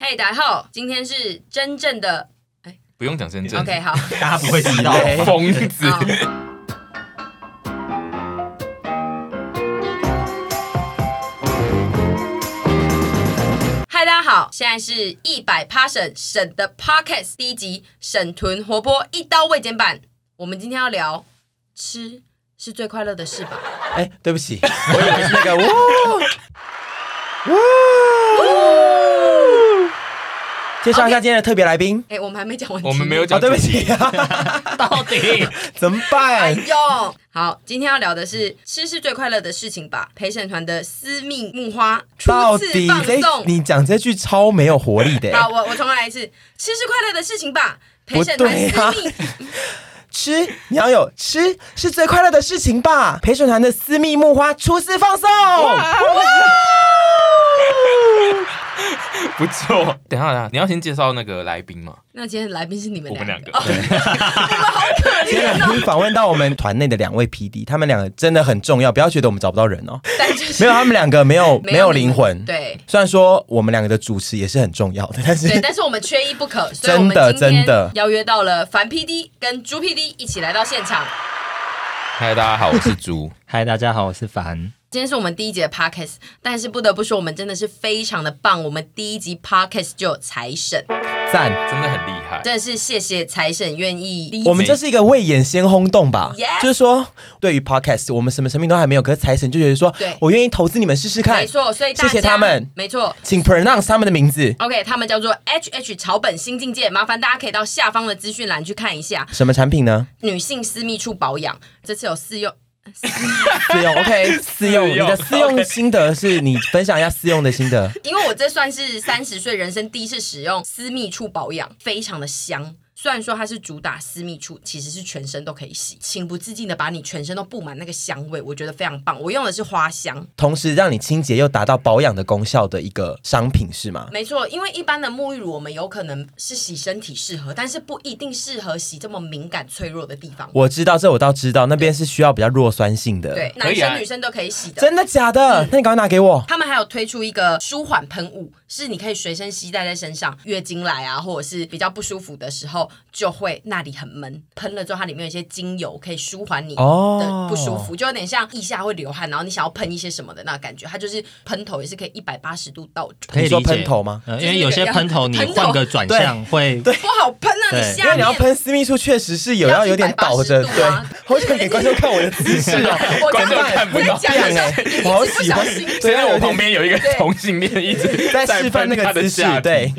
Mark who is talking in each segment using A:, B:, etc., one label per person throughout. A: 哎、大家好，今天是真正的
B: 不用讲真正
A: OK，好，
C: 大家不会知道。
B: 疯子。
A: 好，嗨，大家好，现在是一百 passion 省的 pockets 第一集，省豚活泼一刀未剪版。我们今天要聊吃是最快乐的事吧？
C: 哎、对 不起，我以为是那个呜呜。介绍一下今天的特别来宾。
A: 哎、我们还没讲完，
B: 我们没有
C: 哦，
B: 讲
C: 对
B: 真
C: 不
B: 正，
C: 起啊，
D: 到底
C: 怎么
A: 哎
C: 办？
A: 呦，好，今天要聊的是吃是最快乐的事情吧？陪审团的私密木花初
C: 到
A: 次
C: 底
A: 放
C: 这
B: 哎
A: 送。
C: 你讲这句超没有活力的、
A: 好，我我重来一次，吃是快乐的事情吧？陪审团
C: 不对啊
A: 私密，
C: 吃，你要有吃是最快乐的事情吧？陪审团的私密木花初次放送。
B: 不错。 等一下，等一下，你要先介绍那个来宾嘛？
A: 那今天的来宾是你们
B: 我们两个
A: 哦 你们好可
C: 今
A: 怜
C: 天
A: 哦。
C: 访问到我们团内的两位 PD，他们两个真的很重要，不要觉得我们找不到人哦。
A: 但就是
C: 没有，他们两个没有
A: 没有
C: 没有灵魂。
A: 对
C: 虽然说我们两个的主持也是很重要的，但
A: 对，
C: 是
A: 但是我们缺一不可，所以我
C: 真
A: 们
C: 的
A: 今
C: 真
A: 天
C: 的
A: 邀约到了樊 PD 跟朱 PD 一起来到现场。
B: 嗨，大家好，我是 猪。
D: 嗨，大家好，我是凡。
A: 今天是我们第一集的 podcast，但是不得不说，我们真的是非常的棒。我们第一集 podcast 就有财神，
C: 赞。
B: 真的很厉害。
A: 真的是谢谢财神愿意。
C: 我们这是一个未演先轰动吧
A: Yes
C: 就是说，对于 podcast，我们什么产品都还没有，可是财神就觉得说
A: 对，
C: 我愿意投资你们试试看
A: 没，错，所以大家
C: 谢谢他们
A: 没错。
C: 请 pronounce 他们的名字，
A: OK，他们叫做 H H 草本新境界，麻烦大家可以到下方的资讯栏去看一下
C: 什么产 品呢？
A: 女性私密处保养，这次有试用。
C: 试用 OK，试用
B: 试
C: 你
B: 用
C: 的试用心得是你分享一下试用的心 得，
A: 因为我这算是三十岁人生第一次使用私密处保养，非常的香。虽然说它是主打私密处，其实是全身都可以洗，情不自禁的把你全身都布满那个香味，我觉得非常棒。我用的是花香，
C: 同时让你清洁又达到保养的功效的一个商品是吗？
A: 没错，因为一般的沐浴乳我们有可能是洗身体适合，但是不一定适合洗这么敏感脆弱的地方。
C: 我知道，这我倒知道，那边是需要比较弱酸性的。
A: 对，嗯
B: 可
A: 男
B: 以啊
A: 生女生都可以洗的。
C: 真的假的？那你赶快拿给我。
A: 他们还有推出一个舒缓喷雾，是你可以随身携带在身上，月经来啊，或者是比较不舒服的时候，就会那里很闷，喷了之后它里面有一些精油可以舒缓你
C: 哦
A: 的不舒服，就有点像腋下会流汗，然后你想要喷一些什么的那感觉，它就是喷头也是可以一百八十度倒转，
D: 可以
C: 你说
D: 理解
C: 喷头吗
D: 呃因为有些喷头你
A: 就是有
D: 换个转向会，
A: 不好喷啊，
D: 对
A: 你
C: 因为
A: 下
C: 你
A: 面
C: 要。喷私密处，确实是有
A: 要
C: 要有点倒
A: 180
C: 着，
A: 度啊，
C: 对。好想给观众看我的姿势哦
A: 我
C: 观
A: 刚
C: 众
A: 刚
B: 看不
A: 在
B: 到
A: 讲的 时候，
C: 变欸
A: 一直
C: 我好
A: 不
C: 喜
A: 小
C: 欢
A: 心，
B: 现在我
C: 有点
B: 旁边有一个同性恋一直
C: 在示范那
B: 喷
C: 个
B: 他的
C: 姿势
B: 下，体
C: 对，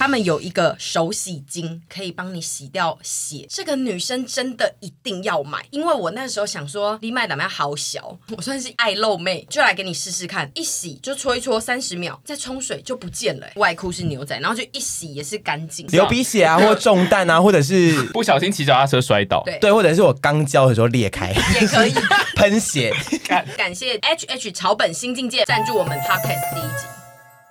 A: 他们有一个手洗巾，可以帮你洗掉血。这个女生真的一定要买，因为我那时候想说，你买怎么样好小，我算是爱露妹，就来给你试试看。一洗就搓一搓三十秒，再冲水就不见了、欸外裤是牛仔，然后就一洗也是干净。
C: 流鼻血啊，或中弹啊，或者是
B: 不小心骑脚踏车摔倒。
A: 对
C: 对，或者是我刚交的时候裂开，
A: 也可以。
C: 喷血。
A: 感谢 H H 草本新境界赞助我们 Podcast 第一集。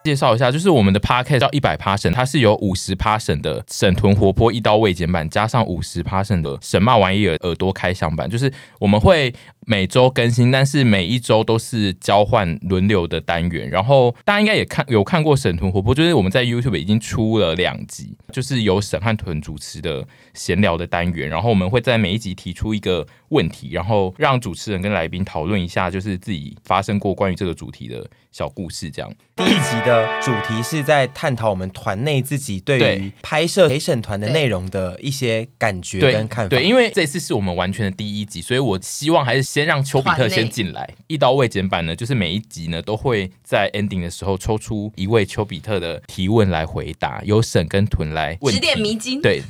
B: 介绍一下，就是我们的 podcast 叫一百 p a s 它是有五十 p a s 的沈豚活泼一刀未剪版，加上五十 p a s 的神骂玩意儿耳朵开箱版，就是我们会每周更新，但是每一周都是交换轮流的单元。然后大家应该也看有看过沈豚活泼，就是我们在 YouTube 已经出了两集，就是由沈和豚主持的闲聊的单元。然后我们会在每一集提出一个问题，然后让主持人跟来宾讨论一下，就是自己发生过关于这个主题的小故事，这样。
C: 第一集的主题是在探讨我们团内自己对
B: 对
C: 于拍摄陪审团的
A: 对
C: 内容的一些感觉
B: 对
C: 跟看法。
B: 对，因为这次是我们完全的第一集，所以我希望还是先让丘比特先进来。一刀未剪版呢，就是每一集呢都会在 ending 的时候抽出一位丘比特的提问来回答，由沈跟屯来问
A: 指点
B: 题
A: 迷津
B: 对，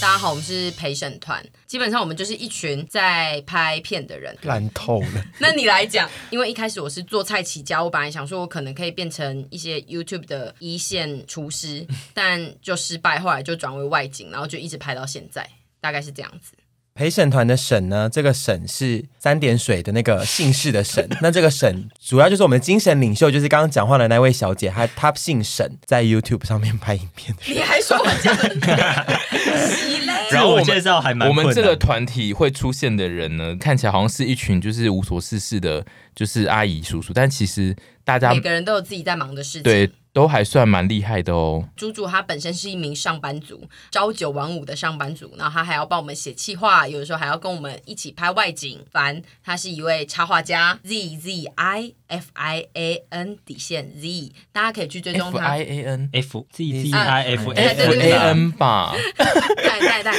A: 大家好，我们是陪审团，基本上我们就是一群在拍片的人。
C: 烂透了，
A: 那你来讲，因为一开始我是做菜起家，我本来想说我可能可以变成一些 YouTube 的一线厨师，但就失败，后来就转为外景，然后就一直拍到现在，大概是这样子。
C: 陪审团的审呢，这个审是三点水的那个姓氏的审。 那这个审主要就是我们的精神领袖，就是刚刚讲话的那位小姐，她她姓沈，在 YouTube 上面拍影 片的人。
A: 你还说我这样，洗嘞？
B: 然
D: 自
B: 后我
D: 我
B: 们
D: 介绍还蛮
B: 我们
D: 困
B: 这
D: 难
B: 个团体会出现的人呢，看起来好像是一群就是无所事事的，就是阿姨叔叔，但其实大家
A: 每个人都有自己在忙的事情。
B: 对都还算蛮厉害的哦。
A: 猪猪他本身是一名上班族，朝九晚五的上班族，然后他还要帮我们写企划，有的时候还要跟我们一起拍外景。凡他是一位插画家，Z Z I F I A N 底线 Z，大家可以去追踪
B: F
A: 他
B: I。A N
D: F Z Z I
C: 啊
D: F 啊
A: 对
D: F
A: 对
B: F A
A: 对
B: N 吧，
A: 带 带带。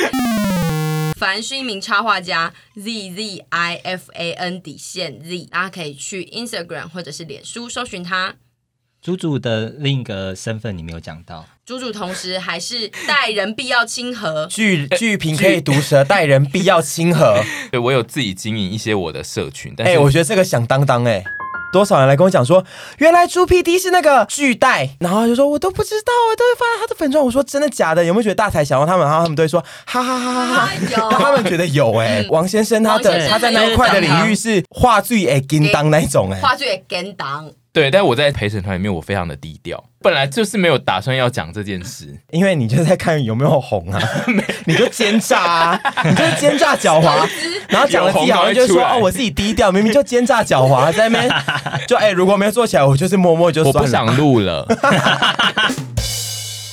A: 凡是一名插画家，Z Z I F A N 底线 Z，大家可以去 Instagram 或者是脸书搜寻他。
D: 猪猪的另一个身份你没有讲到，
A: 猪猪同时还是待人必要亲和，
C: 剧剧评可以毒舌，待人必要亲和。
B: 对我有自己经营一些我的社群，但
C: 哎、
B: 是
C: 我觉得这个响当当哎、多少人来跟我讲说，原来猪 PD 是那个巨带，然后就说我都不知道，我都会发在他的粉钻。我说真的假的？有没有觉得大材小用？他们，然后他们都会说哈哈哈哈哈。
A: 哎有嗯
C: 他们觉得有哎、王先生他
A: 王先
C: 的
A: 生
C: 他在那一块的领域是话最哎叮当那一种哎、
A: 话剧也跟当。
B: 对，但我在陪审团里面我非常的低调，本来就是没有打算要讲这件事。
C: 因为你就在看有没有红啊，你就奸诈啊，你就是奸诈狡猾，然后讲了自己好像就
B: 有红赶快出
C: 是说
B: 来
C: 哦我自己低调，明明就奸诈狡猾，在那边就哎、如果没有做起来，我就是默默 就
B: 我
C: 算了。
B: 不想录了，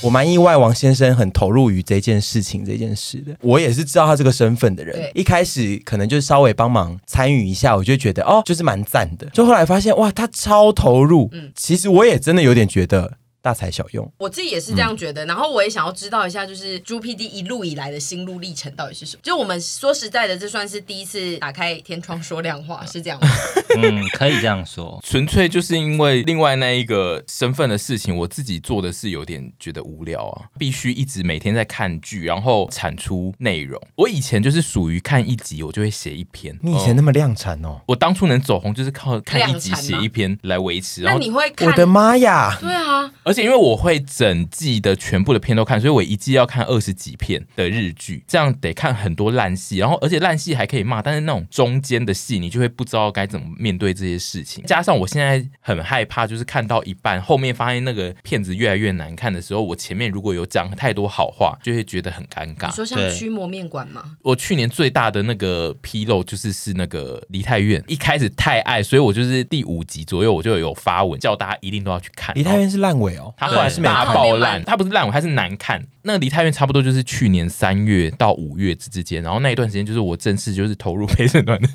C: 我蛮意外，王先生很投入于这件事情这件事的。我也是知道他这个身份的人
A: 对，
C: 一开始可能就是稍微帮忙参与一下，我就觉得哦，就是蛮赞的。就后来发现哇，他超投入。嗯，其实我也真的有点觉得大材小用。
A: 我自己也是这样觉得，然后我也想要知道一下，就是猪 PD 一路以来的心路历程到底是什么？就我们说实在的，这算是第一次打开天窗说亮话，是这样吗？
D: 嗯，可以这样说。
B: 纯粹就是因为另外那一个身份的事情，我自己做的是有点觉得无聊啊，必须一直每天在看剧，然后产出内容。我以前就是属于看一集我就会写一篇，
C: 你以前
B: 嗯
C: 那么量产哦，
B: 我当初能走红就是靠看一集
A: 量产
B: 写
A: 吗
B: 一篇来维持，然
A: 那
B: 后
A: 你会看
C: 我？的妈呀！
A: 对啊，
B: 而且因为我会整季的全部的片都看，所以我一季要看二十几片的日剧，这样得看很多烂戏，然后而且烂戏还可以骂，但是那种中间的戏你就会不知道该怎么面对这些事情。加上我现在很害怕，就是看到一半后面发现那个片子越来越难看的时候，我前面如果有讲太多好话，就会觉得很尴
A: 你
B: 尬。
A: 说像
D: 对
A: 驱魔面馆吗？
B: 我去年最大的那个纰漏就是是那个梨泰院，一开始太爱，所以我就是第五集左右我就有发文叫大家一定都要去看。
C: 梨泰院是烂尾哦，
B: 它后来是大爆烂，它不是烂尾，它是难看。那离太远差不多就是去年三月到五月之之间，然后那一段时间就是我正式就是投入陪审团的，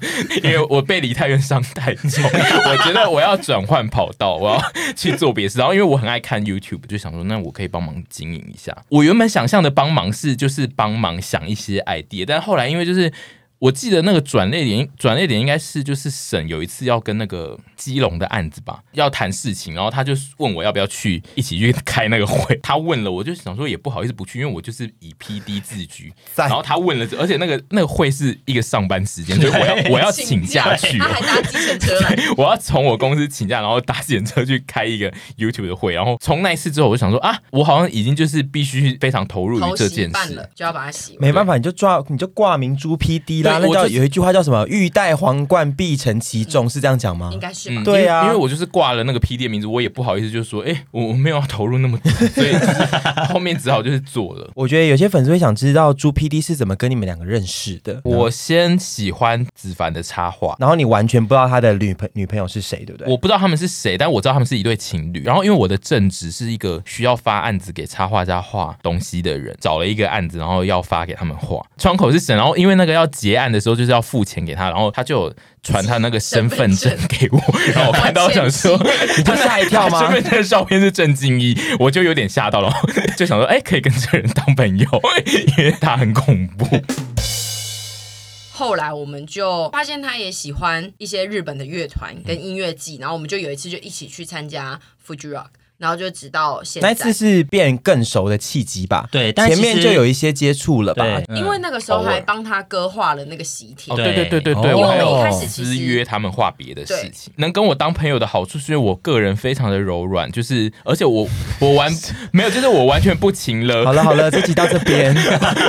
B: 因为我被离太远伤太重， 我觉得我要转换跑道，我要去做别的事。然后因为我很爱看 YouTube，就想说那我可以帮忙经营一下。我原本想象的帮忙是就是帮忙想一些 idea，但后来因为就是。我记得那个转捩点，转捩点应该是就是沈有一次要跟那个基隆的案子吧，要谈事情，然后他就问我要不要去一起去开那个会，他问了，我就想说也不好意思不去，因为我就是以 P D 自居，
C: 在
B: 然后他问了，而且那个那个会是一个上班时间，所以我要我要请假去、哦
A: 他还搭计程 车来，
B: 我要从我公司请假，然后搭检车去开一个 YouTube 的会，然后从那一次之后，我就想说啊，我好像已经就是必须非常投入于
A: 头
B: 这
A: 洗
B: 件
A: 半
B: 事
A: 了，就要把它洗完。
C: 没办法，你就抓你就挂名猪 PD
B: 对
C: 啦。那
B: 我
C: 叫
B: 就
C: 有一句话叫什么？欲戴皇冠必承其重，是这样讲吗
A: 应？该是吧
B: 嗯，？
C: 对
B: 因为
C: 啊
B: 因为我就是挂了那个 P D 的名字，我也不好意思，就说，哎、我我没有要投入那么多，所以就是后面只好就是做 了。
C: 我觉得有些粉丝会想知道猪 PD 是怎么跟你们两个认识的。
B: 我先喜欢子凡的插画，
C: 然后你完全不知道他的女朋女朋友是谁，对不对？
B: 我不知道他们是谁，但我知道他们是一对情侣。然后因为我的正职是一个需要发案子给插画家画东西的人，找了一个案子，然后要发给他们画。窗口是沈，然后因为那个要结案的时候就是要付钱给他，然后他就有传他那个身份证给我，然后我看到我想 说，
C: 你不吓一跳
B: 身？
C: 吗
B: 份证照片是郑敬一，我就有点吓到了， 就想说，哎、可以跟这个人当朋友， 因为他很恐怖。
A: 后来我们就发现他也喜欢一些日本的乐团跟音乐季，然后我们就有一次就一起去参加 Fuji Rock，然后就直到现
C: 那
A: 在
C: 一。次是变更熟的契机吧？
D: 对但
C: 前
D: 其
C: 面
D: 实
C: 就有一些接触了吧？
D: 对，嗯
A: 因为那个时候
B: 偶尔
A: 还帮他歌画了那个喜帖
B: 哦，，对对对对对，
C: 哦
B: 我还
C: 因为我一
B: 有哦
C: 开
A: 始其实
B: 私约他们画别的事情。能跟我当朋友的好处是因为我个人非常的柔软，就是而且我我完没有，就是我完全不情了。
C: 好了好了，这集到这 边，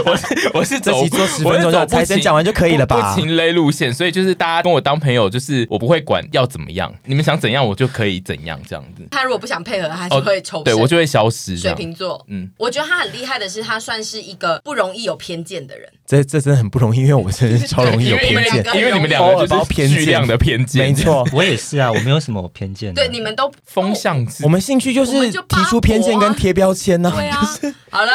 B: 我是我是
C: 这
B: 走
C: 集做十
B: 我
C: 分
B: 是
C: 钟
B: 走不
C: 就才真
B: 情
C: 讲完就可以了吧
B: 不？情勒路线，所以就是大家跟我当朋友，就是我不会管要怎么样，你们想怎样我就可以怎样这样子。
A: 他如果不想配合，他还是会抽身。
B: 哦对我就会消失这
A: 哦水
B: 样。
A: 瓶座，
B: 嗯
A: 嗯，我觉得他很厉害的是，他算是一个不容易有偏见的
B: 嗯
A: 人。
C: 这这真的很不容易，因为 我真的是超容易有偏
A: 因为
C: 见，
B: 因为你们两
C: 偶
B: 个
C: 尔包
B: 就是
C: 偏见
B: 巨量的偏见，
C: 没错。
D: 我也是啊，我没有什么偏见的。
A: 对，你们都
B: 风向字
C: 我。们兴趣就
A: 我
C: 是
A: 们就
C: 提出偏见
A: 八婆啊
C: 跟贴标签呢、
A: 对 啊。好了，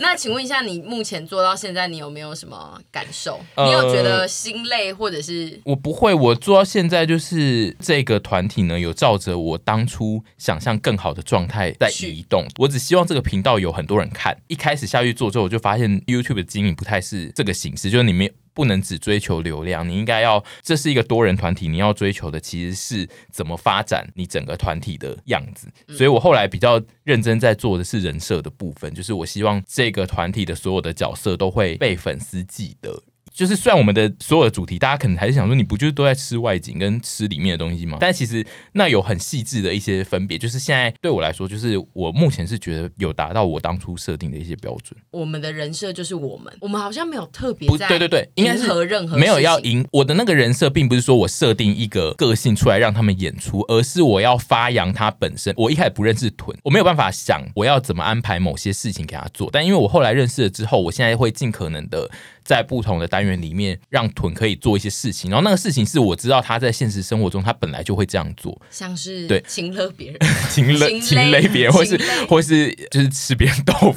A: 那请问一下，你目前做到现在，你有没有什么感受？
B: 呃
A: 你有觉得心累，或者是
B: 我不会，我做到现在就是这个团体呢，有照着我当初想象更好的状态在移动。我只希望这个频道有很多人看。一开始下去做之后，我就发现 YouTube 的经营不太是这个形式，就是你们不能只追求流量，你应该要这是一个多人团体，你要追求的其实是怎么发展你整个团体的样子。所以我后来比较认真在做的是人设的部分，就是我希望这个团体的所有的角色都会被粉丝记得，就是虽然我们的所有的主题，大家可能还是想说，你不就是都在吃外景跟吃里面的东西吗？但其实那有很细致的一些分别，就是现在对我来说，就是我目前是觉得有达到我当初设定的一些标准。
A: 我们的人设就是我们？我们好像没有特别
B: 不，
A: 在
B: 对对对，应该是
A: 迎合任何
B: 没有要
A: 事情
B: 赢。我的那个人设并不是说我设定一个个性出来让他们演出，而是我要发扬他本身。我一开始不认识屯，我没有办法想我要怎么安排某些事情给他做。但因为我后来认识了之后，我现在会尽可能的在不同的单元里面让屯可以做一些事情，然后那个事情是我知道他在现实生活中他本来就会这样做，
A: 像是
B: 对
A: 情勒 别人。
B: 情勒
A: 情勒
B: 情勒别人，或是
A: 情勒
B: 或是就是吃别人豆腐。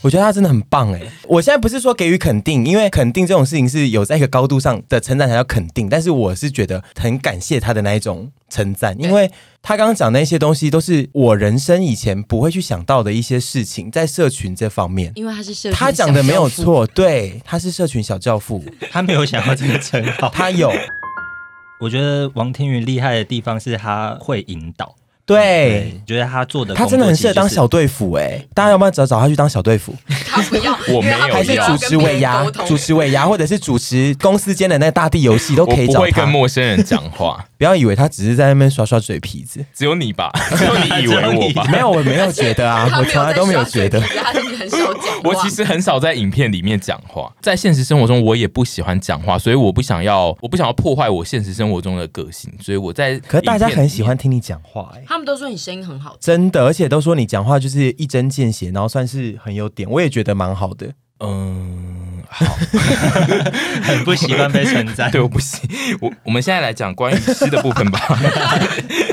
C: 我觉得他真的很棒哎！我现在不是说给予肯定，因为肯定这种事情是有在一个高度上的称赞才叫肯定，但是我是觉得很感谢他的那一种称赞，因为他刚刚讲那些东西都是我人生以前不会去想到的一些事情，在社群这方面。
A: 因为他是社群
C: 他讲的没有
A: 小教父，
C: 错，对，他是社群小 教父，
D: 他没有想要这个称号。
C: 他有，
D: 我觉得王天宇厉害的地方是他会引导，
C: 对，，
D: 觉得他做的
C: 哎他真的很适合当小队辅哎，大家要不要找找他去当小 队辅？
A: 他不要，
B: 我没有
A: 因为他不
C: 还是
A: 要
C: 主
A: 啊跟
C: 持
A: 别
C: 尾
A: 人
C: 牙
A: 沟，通
C: 主持尾牙，或者是主持公司间的那个大地游戏都
B: 我
C: 可以
B: 不
C: 找
B: 会跟
C: 他。
B: 陌生人讲话，
C: 不要以为他只是在那边耍耍嘴皮 子，
B: 只有你吧， 只有你以
D: 只有
B: 为
D: 你
B: 我吧。
C: 没有，我没有觉得 啊，我从来都没有觉得
A: 他。没有在刷嘴皮他很少讲话。
B: 我其实很少在影片里面讲话，在现实生活中我也不喜欢讲话，所以我不想要，我不想要破坏我现实生活中的个性，所以我在。
C: 可是大家很喜欢，听你讲话、哎，
A: 他们都说你声音很好听，
C: 真的，而且都说你讲话就是一针见血，然后算是很有点，我也觉得蛮好的。
B: 嗯，
D: 很不习惯被称 赞
B: 对，。我不行。我我们现在来讲关于吃的部分吧。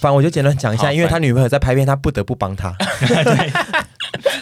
C: 反正我就简短讲一
B: 好
C: 下，因为他女朋友在拍片，他不得不帮 他，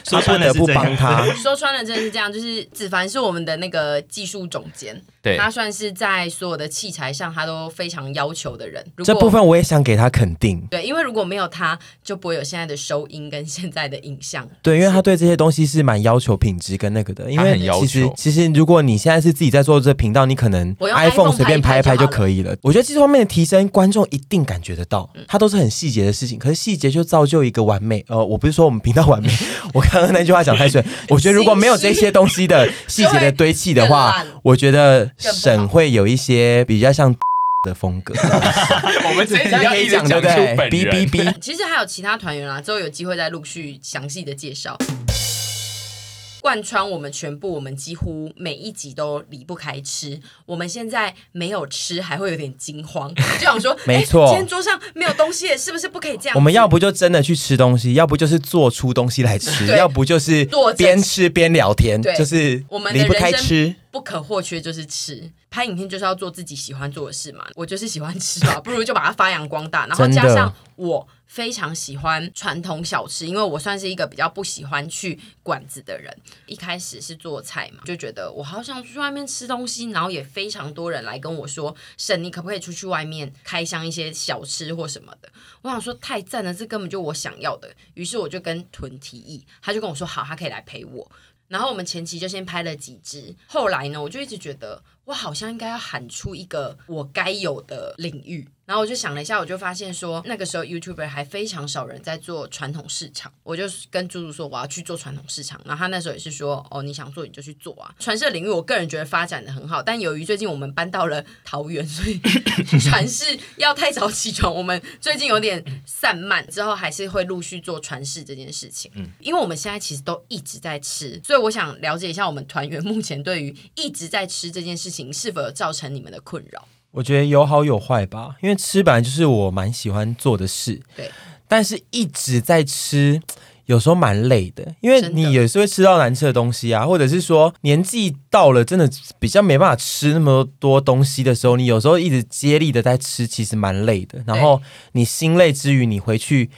D: 说
C: 不
D: 穿了
C: 得
D: 是
C: 不
D: 这样
C: 帮他。
A: 说穿了真的是这样，就是子凡是我们的那个技术总监，
B: 对，
A: 他算是在所有的器材上他都非常要求的人。如
C: 这
A: 果
C: 部分我也想给他肯定，
A: 对，因为如果没有他，就不会有现在的收音跟现在的影像。
C: 对，因为他对这些东西是蛮要求品质跟那个的，因为
B: 很要求
C: 其实其实如果你现在是自己在做这频道，你可能
A: 我用 iPhone
C: 随便拍一
A: 拍一拍
C: 拍就
A: 就
C: 可以了。我觉得技术方面的提升，观众一定感觉得到，它都是很细节的事情，可是细节就造就一个完美。呃，我不是说我们频道完美，我刚刚那句话讲太水。我觉得如果没有这些东西的细节的堆砌的话
A: 更烂，
C: 我觉得
A: 更不好
C: 沈会有一些比较像 的风格，
B: 我们这一集
C: 这样
B: 要
C: 可
B: 一
C: 以
B: 直
C: 讲
B: 出
C: 对不对？
B: 本
C: 哔哔
B: 人。
C: 哔，
A: 其实还有其他团员啦，啊之后有机会再陆续详细的介绍。贯穿我们全部，我们几乎每一集都离不开吃。我们现在没有吃，还会有点惊慌，就想说，
C: 没
A: 诶
C: 错
A: 今天桌上没有东西了，是不是不可以这样子？
C: 我们要不就真的去吃东西，要不就是做出东西来吃，
A: 对
C: 要不就是
A: 做正
C: 边吃边聊天，
A: 对
C: 就是
A: 我们的
C: 离不
A: 人
C: 开
A: 生
C: 吃。
A: 不可或缺就是吃，拍影片就是要做自己喜欢做的事嘛。我就是喜欢吃啊嘛，不如就把它发扬光大。然后
C: 真的
A: 加上我非常喜欢传统小吃，因为我算是一个比较不喜欢去馆子的人。一开始是做菜嘛，就觉得我好想出去外面吃东西，然后也非常多人来跟我说，沈你可不可以出去外面开箱一些小吃或什么的？我想说太赞了，这根本就我想要的。于是我就跟屯提议，他就跟我说好，他可以来陪我。然后我们前期就先拍了几支，后来呢，我就一直觉得我好像应该要喊出一个我该有的领域。然后我就想了一下，我就发现说，那个时候 YouTuber 还非常少人在做传统市场。我就跟猪猪说我要去做传统市场，然后他那时候也是说，哦，你想做你就去做啊。传社领域，我个人觉得发展的很好，但由于最近我们搬到了桃园， 所以传世要太早起床，我们最近有点散漫，之后还是会陆续做传世这件事情。嗯，因为我们现在其实都一直在吃，所以我想了解一下我们团员目前对于一直在吃这件事情是否有造成你们的困扰。
C: 我觉得有好有坏吧，因为吃本来就是我蛮喜欢做的事，
A: 对，
C: 但是一直在吃。有时候蛮累的，因为
A: 真的
C: 你也是会吃到难吃的东西啊，或者是说年纪到了，真的比较没办法吃那么多东西的时候，你有时候一直接力的在吃，其实蛮累的。然后你心累之余，你回去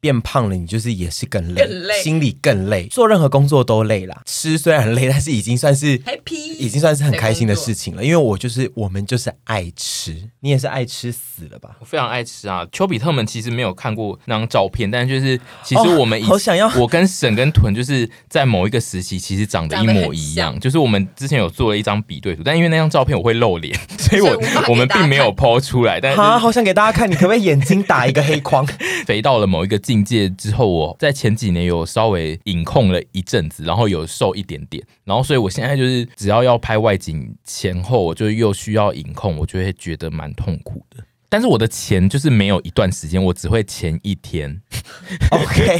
C: 变胖了，你就是也是更累，
A: 更累
C: 心里更累。做任何工作都累啦，吃虽然累，但是已经算是
A: happy
C: 已经算是很开心的事情了，因为我就是我们就是爱吃，你也是爱吃死了吧？
B: 我非常爱吃啊！丘比特们其实没有看过那张照片，但就是其实
C: 哦
B: 我们以、
C: 好想要
B: 我跟沈跟屯就是在某一个时期其实长得一模一
A: 长得很
B: 样，就是我们之前有做了一张比对图，但因为那张照片我会露 脸，所以我
A: 所以无法给
B: 我们
A: 大家
B: 并没有剖出来。但
C: 好
B: 哎是
C: 好想给大家看，你可不可以眼睛打一个黑框？
B: 肥到了某一个境界之后，我在前几年有稍微隐控了一阵子，然后有瘦一点点，然后所以我现在就是只要要拍外景前后，我就又需要隐控，我就会觉得蛮痛苦的。但是我的前就是没有一段时间，我只会前一天，
C: OK，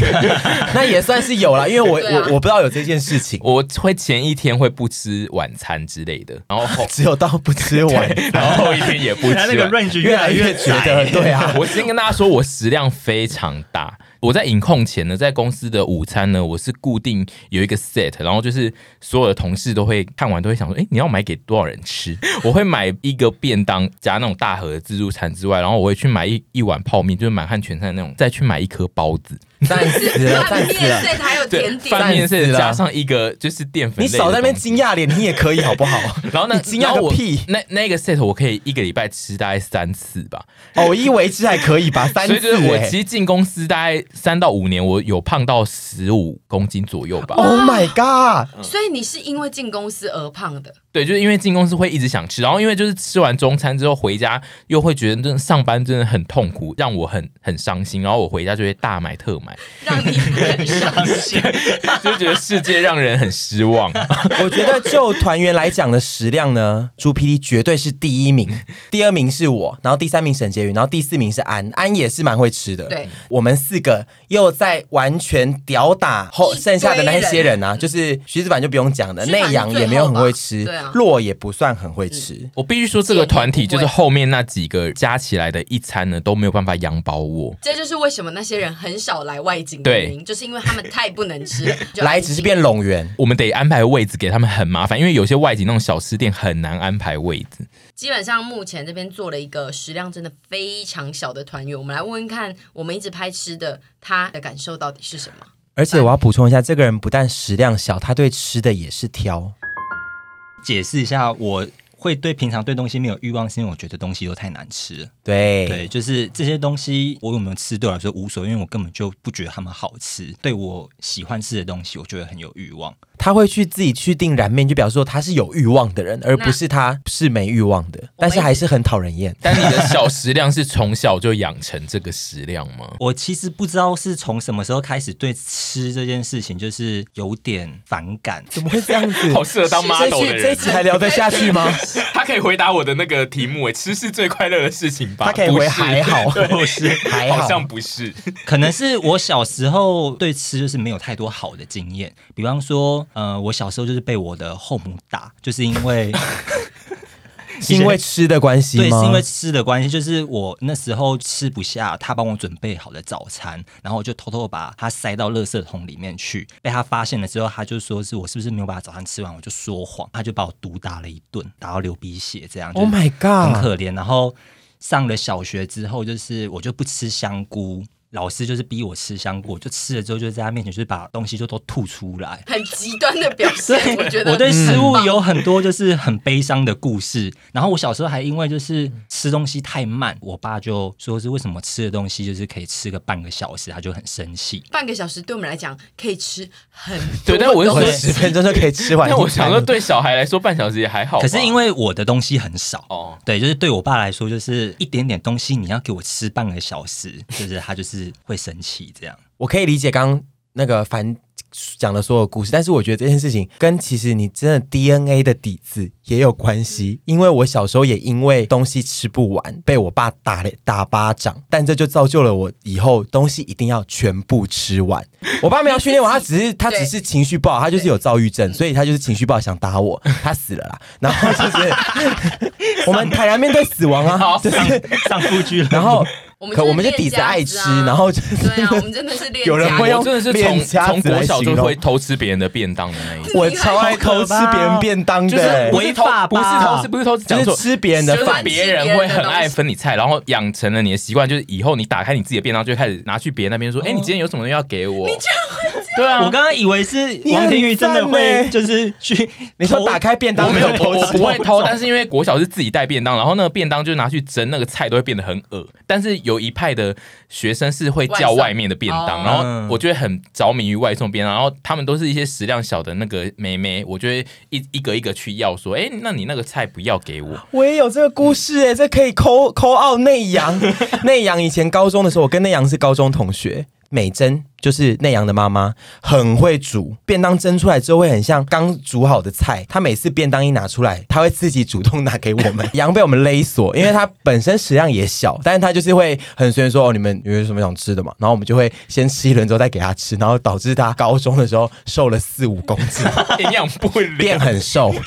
C: 那 也算是有啦，因为我、
A: 对啊
C: 我我不知道有这件事情，
B: 我会前一天会不吃晚餐之类的，然后后
C: 只有到不 吃完，
B: 然后后一天也 不吃
D: 他
B: 晚
D: 那个 range
C: 越
D: 越
C: 来
D: 来
C: 越
D: 越
C: 觉得 对啊。
B: 我先跟大家说，我食量非常大。我在饮控前呢，在公司的午餐呢，我是固定有一个 set，然后就是所有的同事都会看完都会想说，哎、你要买给多少人吃？ 我会买一个便当加那种大盒的自助餐之外，然后我会去买一一碗泡面，就是满汉全餐那种，再去买一颗包子，
C: 赞死了，
A: 饭
C: 赞 死
A: 面
C: 了！
A: 碎 还有
B: 对
A: 甜，点，
B: 饭面
C: 赞死
B: set
C: 了
B: 加上一个就是淀粉
C: 你
B: 类的东西。
C: 少在那边惊讶脸，你也可以好不好？
B: 然后呢？
C: 你惊讶
B: 然后
C: 个
B: 我
C: 屁！
B: 那那个 set 我可以一个礼拜吃大概三次吧，
C: 偶哦一为之还可以吧，三次、
B: 所以
C: 欸。
B: 就是我其实进公司大概三到五年，我有胖到十五公斤左右吧。
C: Oh my god！
A: 所以你是因为进公司而胖 的，
B: 对，就是因为进公司会一直想吃，然后因为就是吃完中餐之后回家又会觉得真的上班真的很痛苦，让我很很伤心。然后我回家就会大买特买，
A: 让你很伤心。
B: 就觉得世界让人很失望。
C: 我觉得就团员来讲的食量呢，朱 PD 绝对是第一名，第二名是我，然后第三名沈婕妤，然后第四名是安，安也是蛮会吃的。
A: 对，
C: 我们四个又在完全吊打后
A: 一堆
C: 剩下的那一些人啊，就是徐子凡就不用讲了，
A: 徐子
C: 内
A: 凡是
C: 阳
A: 最
C: 也没有
A: 后
C: 很
A: 吧
C: 会吃
A: 对啊，嗯
C: 洛也不算很会吃。
B: 我必须说，这个团体就是后面那几个加起来的一餐呢都没有办法养饱我。
A: 这就是为什么那些人很少来外景的原因，就是因为他们太不能 吃了，就
C: 来只是变拢圆，
B: 我们得安排位置给他们很麻烦，因为有些外景那种小吃店很难安排位置。
A: 基本上目前这边做了一个食量真的非常小的团员，我们来问问看，我们一直拍吃的，他的感受到底是什么？
C: 而且我要补充一下，这个人不但食量小，他对吃的也是挑。
D: 解释一下，我会对平常对东西没有欲望，是因为我觉得东西都太难吃了。
C: 对，
D: 对，就是这些东西，我有没有吃对我来说无所谓，因为我根本就不觉得它们好吃。对我喜欢吃的东西，我觉得很有欲望。
C: 他会去自己去订燃面，就表示说他是有欲望的人，而不是他是没欲望的，但是还是很讨人厌。
B: 但你的小食量是从小就养成这个食量吗？
D: 我其实不知道是从什么时候开始对吃这件事情就是有点反感。
C: 怎么会这样 子？
B: 好适合当 model 的
C: 这一期这一
B: 人，
C: 期还聊得下去吗？
B: 他可以回答我的那个题目，哎，吃是最快乐的事情吧？
C: 他可以
B: 不
C: 回
B: 是
C: 还好，
D: 不是
C: 还
B: 好
C: 好。
B: 像不是。
D: 可能是我小时候对吃就是没有太多好的经验，比方说，呃，我小时候就是被我的后母打，就是因为
C: 是因为吃的关系
D: 对，
C: 吗？
D: 是因为吃的关系，就是我那时候吃不下他帮我准备好的早餐，然后我就偷偷把它塞到垃圾桶里面去，被他发现了之后，他就说是我是不是没有把早餐吃完，我就说谎，他就把我毒打了一顿，打到流鼻血，这样。
C: Oh my
D: 很
C: god！
D: 可怜。然后上了小学之后，就是我就不吃香菇，老师就是逼我吃香菇，我就吃了之后就在他面前就是把东西就都吐出来。
A: 很极端的表 现，我觉得嗯
D: 我对食物有很多就是很悲伤的故事。然后我小时候还因为就是吃东西太慢，我爸就说是为什么吃的东西就是可以吃个半个小时，他就很生气。
A: 半个小时对我们来讲可以吃很多
B: 对但我是
A: 东
C: 我
A: 西
C: 的十分钟就可以吃完一
B: 但
C: 餐了。
B: 我想说，对小孩来说，半小时也还好吧。
D: 可是因为我的东西很少，
B: 哦，
D: 对，就是对我爸来说，就是一点点东西你要给我吃半个小时，就是他就是会生气这样。
C: 我可以理解刚刚那个凡讲的所有故事，但是我觉得这件事情跟其实你真的 DNA 的底子也有关系，因为我小时候也因为东西吃不完被我爸打了打巴掌，但这就造就了我以后东西一定要全部吃完。 我爸没有训练我，他只是他只是情绪不好，他就是有躁郁症，所以他就是情绪不好想打我，他死了啦。然后就是 我们坦然面对死亡啊，就是
D: 上上数据了。
C: 然后
A: 我们
C: 可
A: 就是
C: 我们就
A: 练
C: 底子
A: 家
C: 爱
A: 子
C: 吃
A: 啊，
C: 然后就是
A: 对啊，我们真的是练
C: 有人
A: 家
C: 会
A: 的
C: 用
B: 我真的是
C: 面
B: 从
C: 颊
B: 从
C: 子来
B: 国小就
C: 形容
B: 会偷吃别人的便当的那一种。
C: 我超爱偷吃别人便当的、
B: 就是
C: 欸
B: 不是偷
D: 违法吧
B: 不是偷吃，不是偷吃，讲
C: 就
B: 错
C: 是吃别人的
B: 就是
A: 饭
B: 别人会很爱分你菜，然后养成了你的习惯，就是以后你打开你自己的便当，就会开始拿去别人那边
C: 哦
B: 说：“哎、你今天有什么东西要给我？”你居然会对啊，
D: 我刚刚以为是
C: 你很
D: 王庭玉真的
C: 赞
D: 会，
C: 呢
D: 就是去
C: 你说
D: 偷
C: 打开便当
B: 我没有，我我
C: 吃
B: 不会 偷，但是因为国小是自己带便当，然后那个便当就拿去蒸，那个菜都会变得很恶。但是有一派的学生是会叫外面的便
A: 外送
B: 当，然
C: 嗯
B: 后我就会很着迷于外送便当，然后他们都是一些食量小的那个妹妹，我就会一一个一个去要说，哎、那你那个菜不要给我，
C: 我也有这个故事哎、这可以抠抠奥内阳。内阳以前高中的时候，我跟内阳是高中同学。美珍就是内阳的妈妈，很会煮便当，蒸出来之后会很像刚煮好的菜。她每次便当一拿出来，她会自己主动拿给我们。羊被我们勒索，因为她本身食量也小，但是她就是会很随便说：“哦，你们有什么想吃的嘛？”然后我们就会先吃一轮之后再给她吃，然后导致她高中的时候瘦了四五公斤，
B: 营养不
C: 变
B: 良。
C: 很瘦。
B: 哦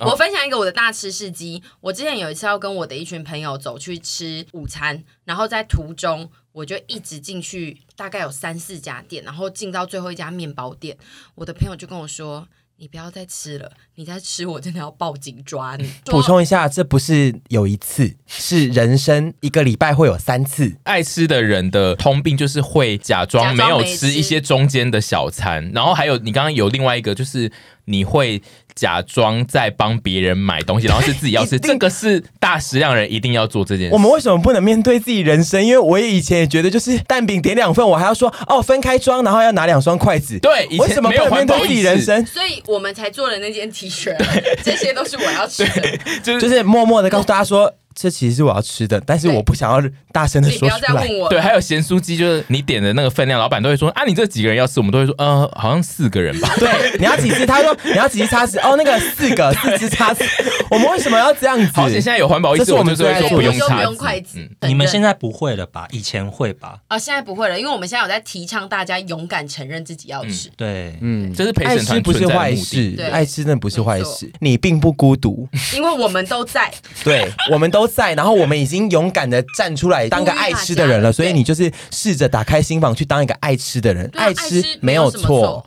A: 我分享一个我的大吃事迹。我之前有一次要跟我的一群朋友走去吃午餐，然后在途中我就一直进去，大概有三四家店，然后进到最后一家面包店，我的朋友就跟我说：“你不要再吃了，你再吃我真的要报警抓 你。”
C: 补充一下，这不是有一次，是人生一个礼拜会有三次。
B: 爱吃的人的通病就是会假装没有吃一些中间的小餐，然后还有你刚刚有另外一个就是你会假装在帮别人买东西，然后是自己要吃，
C: 一定
B: 这个是大食量人一定要做这件事。
C: 我们为什么不能面对自己人生？因为我也以前也觉得，就是蛋饼点两份，我还要说哦分开装，然后要拿两双筷子。
B: 对以前
C: 为什么不能面对自己人生？
A: 所以我们才做了那件 T 恤，这些都是我要 吃的。
B: 就是
C: 就是默默的告诉大家说，这其实是我要吃的，但是我不想要大声的
A: 你不
C: 说
A: 要再
C: 出来
A: 问。我
B: 对，
A: 了。
B: 还有咸酥鸡，就是你点的那个分量，老板都会说啊，你这几个人要吃，我们都会说，呃，好像四个 人吧。
C: 对，你要几只？他说 你要几只叉子？哦，那个四个，四只叉子。我们为什么要这样子？
B: 好险，现在有环保意
C: 这
B: 识，
C: 是我们
B: 就会
C: 最
A: 对
B: 说
C: 爱做
A: 哎我
B: 不
C: 的
B: 用嗯
C: 事
A: 说
B: 叉
A: 不用
B: 子
A: 筷子。
D: 你
A: 承
D: 们
A: 认
D: 现在不会了吧？以前会吧？
A: 啊，现在不会了，因为我们现在有在提倡大家勇敢承认自己要吃。
D: 对，
C: 嗯
B: 这是陪
C: 爱
B: 审
C: 吃
B: 团
C: 不是
B: 存在的
C: 坏
B: 目的。
C: 事
A: 对，
C: 爱吃那不是坏
A: 没错
C: 事，你并不孤独。
A: 因为我们都在，
C: 对，我们都在，然后我们已经勇敢的站出来当个爱吃的人了，
A: 对
C: 所以你就是试着打开心房去当一个爱吃的人，
A: 对啊
C: 吃
A: 吃
C: 没
A: 有
C: 有
A: 什么
C: 错。。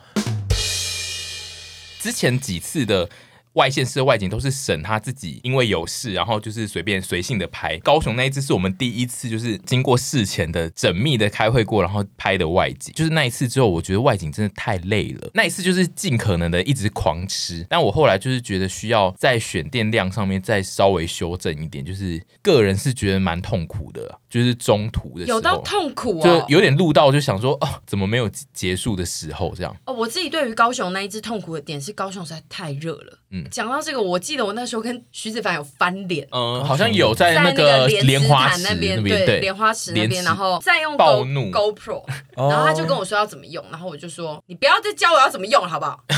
B: 之前几次的外县市的外景都是省他自己，因为有事，然后就是随便随性的拍。高雄那一次是我们第一次，就是经过事前的缜密的开会过，然后拍的外景。就是那一次之后，我觉得外景真的太累了。那一次就是尽可能的一直狂吃，但我后来就是觉得需要在选店量上面再稍微修正一点，就是个人是觉得蛮痛苦的，就是中途的时候
A: 有到。痛苦
B: 就
A: 哦。
B: 有点录到，就想说哦，怎么没有结束的时候这样？
A: 哦，我自己对于高雄那一次痛苦的点是高雄实在太热了。嗯，讲到这个，我记得我那时候跟徐子凡有翻脸，
B: 嗯，好像有在
A: 在
B: 那个莲
A: 莲子
B: 花
A: 潭
B: 池
A: 那边，
B: 边，对，
A: 莲花池那
B: 莲
A: 边，
B: 池
A: 然后再用
B: 暴
A: Go
B: 怒哦
A: GoPro，然
C: 哦
A: 后他就跟我说要怎么用，然后我就说你不要再教我要怎么用了，好不好？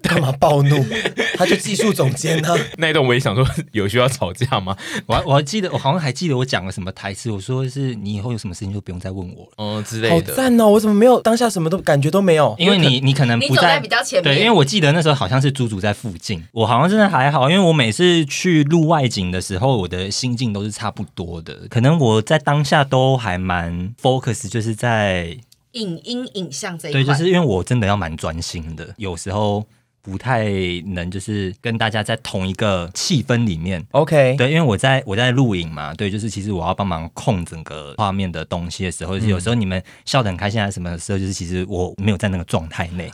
C: 干嘛暴怒？ 他就技术总监啊呢、
B: 那一段我也想说， 有需要吵架吗？
D: 我还我还记得，我好像还记得我讲了什么台词，我说是你以后有什么事情就不用再问我了。
B: 嗯之
C: 好
B: 类的。
C: 赞哦！我怎么没有当下什么都感觉都没有？
D: 因为你你可能
A: 哦你
D: 不
A: 走在比较前面
D: 对，因为我记得那时候好像是猪猪在附近，我好像真的还好，因为我每次去录外景的时候，我的心境都是差不多的，可能我在当下都还蛮 focus，就是在
A: 影音影像这一
D: 对，就
A: 块，
D: 是因为我真的要蛮专心的，有时候不太能就是跟大家在同一个气氛里面。
C: OK，
D: 对，因为我在我在录影嘛，对，就是其实我要帮忙控整个画面的东西的时候，就是有
C: 嗯
D: 时候你们笑得很开心啊什么的时候，就是其实我没有在那个状态内。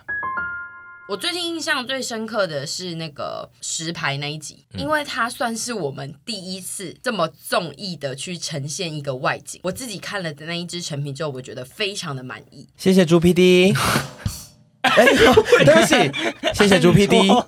A: 我最近印象最深刻的是那个石牌那一集，
D: 嗯
A: 因为它算是我们第一次这么综艺的去呈现一个外景。我自己看了那一支成品之后，我觉得非常的满意。
C: 谢谢猪 PD。哎、对不起，谢谢猪 PD。
B: 我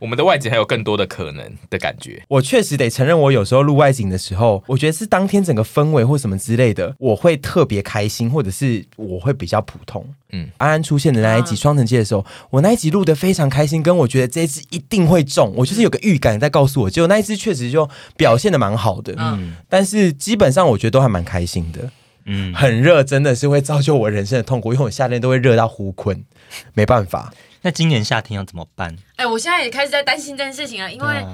B: 我们的外景还有更多的可能的感觉。
C: 我确实得承认，我有时候录外景的时候，我觉得是当天整个氛围或什么之类的，我会特别开心，或者是我会比较普通。嗯
B: 嗯，
C: 安安出现的那一集《双城记》的时候，我那一集录的非常开心，跟我觉得这一支一定会中，我就是有个预感在告诉我，结果那一支确实就表现的蛮好的。嗯
A: 嗯，
C: 但是基本上我觉得都还蛮开心的。嗯，很热真的是会造就我人生的痛苦，因为我夏天都会热到呼困，没办法。
D: 那今年夏天要怎么办？
A: 哎、我现在也开始在担心这件事情了，因
D: 对
A: 为
D: 啊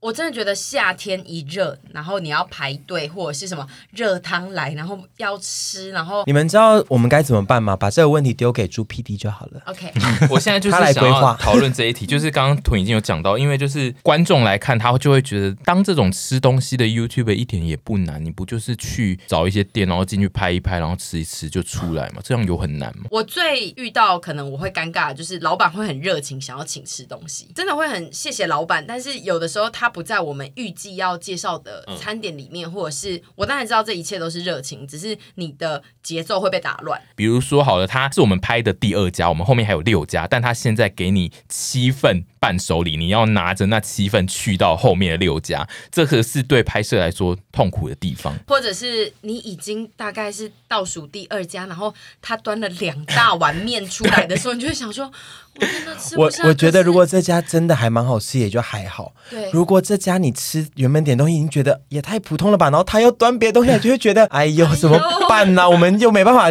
A: 我真的觉得夏天一热，然后你要排队或者是什么热汤来，然后要吃，然后
C: 你们知道我们该怎么办吗？把这个问题丢给朱 PD 就好了。
A: OK，
B: 我现在就是
C: 他来
B: 想
C: 规划
B: 要讨论这一题，就是刚刚屯已经有讲到，因为就是观众来看，他就会觉得当这种吃东西的 YouTube 一点也不难，你不就是去找一些店，然后进去拍一拍，然后吃一吃就出来嘛？这样有很难吗？
A: 我最遇到可能我会尴尬，就是老板会很热情，想要请吃东西，真的会很谢谢老板。但是有的时候他不在我们预计要介绍的餐点里面，或者是我当然知道这一切都是热情，只是你的节奏会被打乱。
B: 比如说好了，它是我们拍的第二家，我们后面还有六家，但它现在给你七份伴手礼，你要拿着那七份去到后面的六家，这个是对拍摄来说痛苦的地方。
A: 或者是你已经大概是倒数第二家，然后他端了两大碗面出来的时候，你就会想说，我真的吃
C: 我
A: 不下。
C: 我觉
A: 可
C: 得
A: 是
C: 如果这家真的还蛮好吃，也就还好。
A: 对
C: 如果这家你吃原本点东西，已经觉得也太普通了吧，然后他又端别的东西来，就会觉 得哎呦怎么办呢、我们又没办法，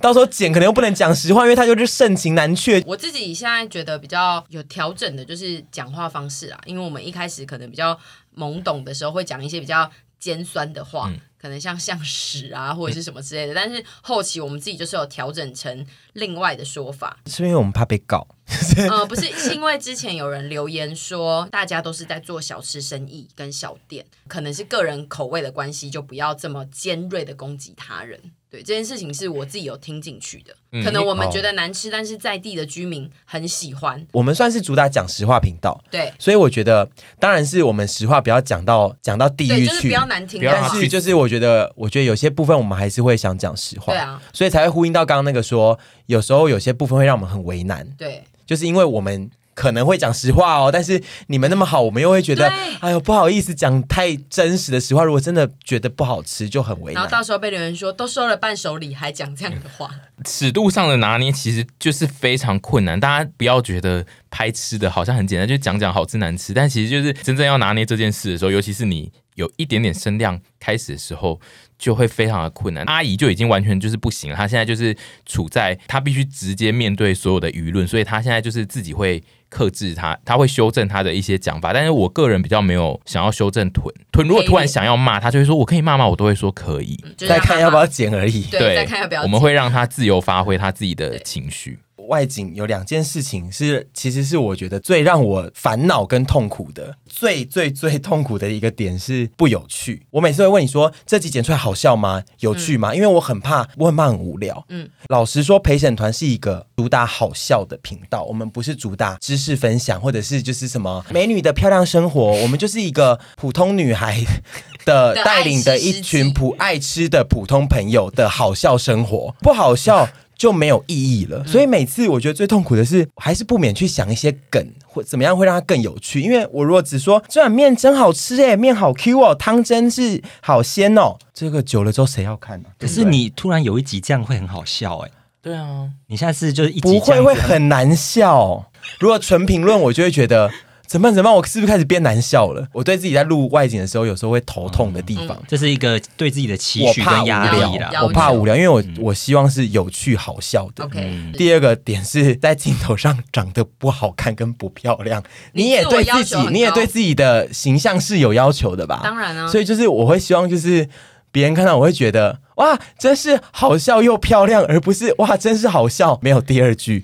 C: 到时候剪可能又不能讲实话，因为他就是盛情难却。
A: 我自己现在觉得比较有调整的，就是讲话方式啊，因为我们一开始可能比较懵懂的时候，会讲一些比较尖酸的话，可能像像屎啊或者是什么之类的。但是后期我们自己就是有调整成另外的说法，
C: 是不是因为我们怕被告？
A: 呃，不是，是因为之前有人留言说，大家都是在做小吃生意跟小店，可能是个人口味的关系，就不要这么尖锐的攻击他人。对这件事情是我自己有听进去的，可能我们觉得难吃，但是在地的居民很喜欢。
C: 我们算是主打讲实话频道，
A: 对
C: 所以我觉得当然是我们实话不要讲到讲到地
A: 对，
C: 狱
A: 就是不
C: 去。
A: 要难听
B: 不要
A: 的
B: 让
A: 话
C: 但
B: 他
C: 是，就是我觉得，我觉得有些部分我们还是会想讲实话，
A: 对啊，
C: 所以才会呼应到刚刚那个说，有时候有些部分会让我们很为难。
A: 对
C: 就是因为我们可能会讲实话哦，但是你们那么好，我们又会觉得
A: 对，
C: 哎呦不好意思讲太真实的实话。如果真的觉得不好吃，就很为
A: 然后
C: 难。
A: 到时候被留言说都收了伴手礼还讲这样的话，
B: 尺度上的拿捏其实就是非常困难，大家不要觉得拍吃的好像很简单，就讲讲好吃难吃，但其实就是真正要拿捏这件事的时候，尤其是你有一点点声量开始的时候，就会非常的困难。阿姨就已经完全就是不行了，她现在就是处在她必须直接面对所有的舆论，所以她现在就是自己会克制她，她会修正她的一些讲法。但是我个人比较没有想要修正屯屯，如果突然想要骂，她就会说我可以骂吗？我都会说可以。
A: 嗯就是
C: 嗯再
A: 让他
C: 看要不
A: 骂
C: 要剪而已。
A: 对，再看要不要
B: 我们
A: 剪
B: 会让他自由发挥他自己的情绪。
C: 外景有两件事情是，其实是我觉得最让我烦恼跟痛苦的，最最最痛苦的一个点是不有趣。我每次会问你说这集剪出来好笑吗？有趣吗？因为我很怕，我很怕很无聊。嗯
A: 嗯，
C: 老实说，陪审团是一个主打好笑的频道，我们不是主打知识分享，或者是就是什么美女的漂亮生活，我们就是一个普通女孩 的
A: 的
C: 带领的
A: 爱吃
C: 一
A: 实
C: 群
A: 际
C: 普爱吃的普通朋友的好笑生活，不好笑就没有意义了。所以每次我觉得最痛苦的是，还是不免去想一些梗，或怎么样会让它更有趣。因为我如果只说这碗面真好吃哎、面好 Q 哦，汤真是好鲜哦，这个久了之后谁要看呢、
D: 可
C: 对
D: 是
C: 不对
D: 你突然有一集这样会很好笑哎、
B: 对啊，
D: 你下次就是一集
C: 不
D: 这
C: 会
D: 样
C: 会
D: 子
C: 很难笑。如果纯评论，我就会觉得。怎么办？怎么办？我是不是开始变难笑了？我对自己在录外景的时候，有时候会头痛的地方。
D: 这是一个对自己的期
C: 我
D: 许
C: 怕
D: 跟
C: 无
D: 压力啦
A: 要。
C: 聊，我怕无聊，因为
B: 嗯
C: 我我希望是有趣好笑的。
A: OK，
C: 嗯第二个点是在镜头上长得不好看跟不漂亮，
A: 你
C: 你也对自
A: 自
C: 己
A: 我要求很，高
C: 你也对自己的形象是有要求的吧？
A: 当然啊
C: 所以就是我会希望就是别人看到我会觉得哇，真是好笑又漂亮，而不是哇，真是好笑。没有第二 句，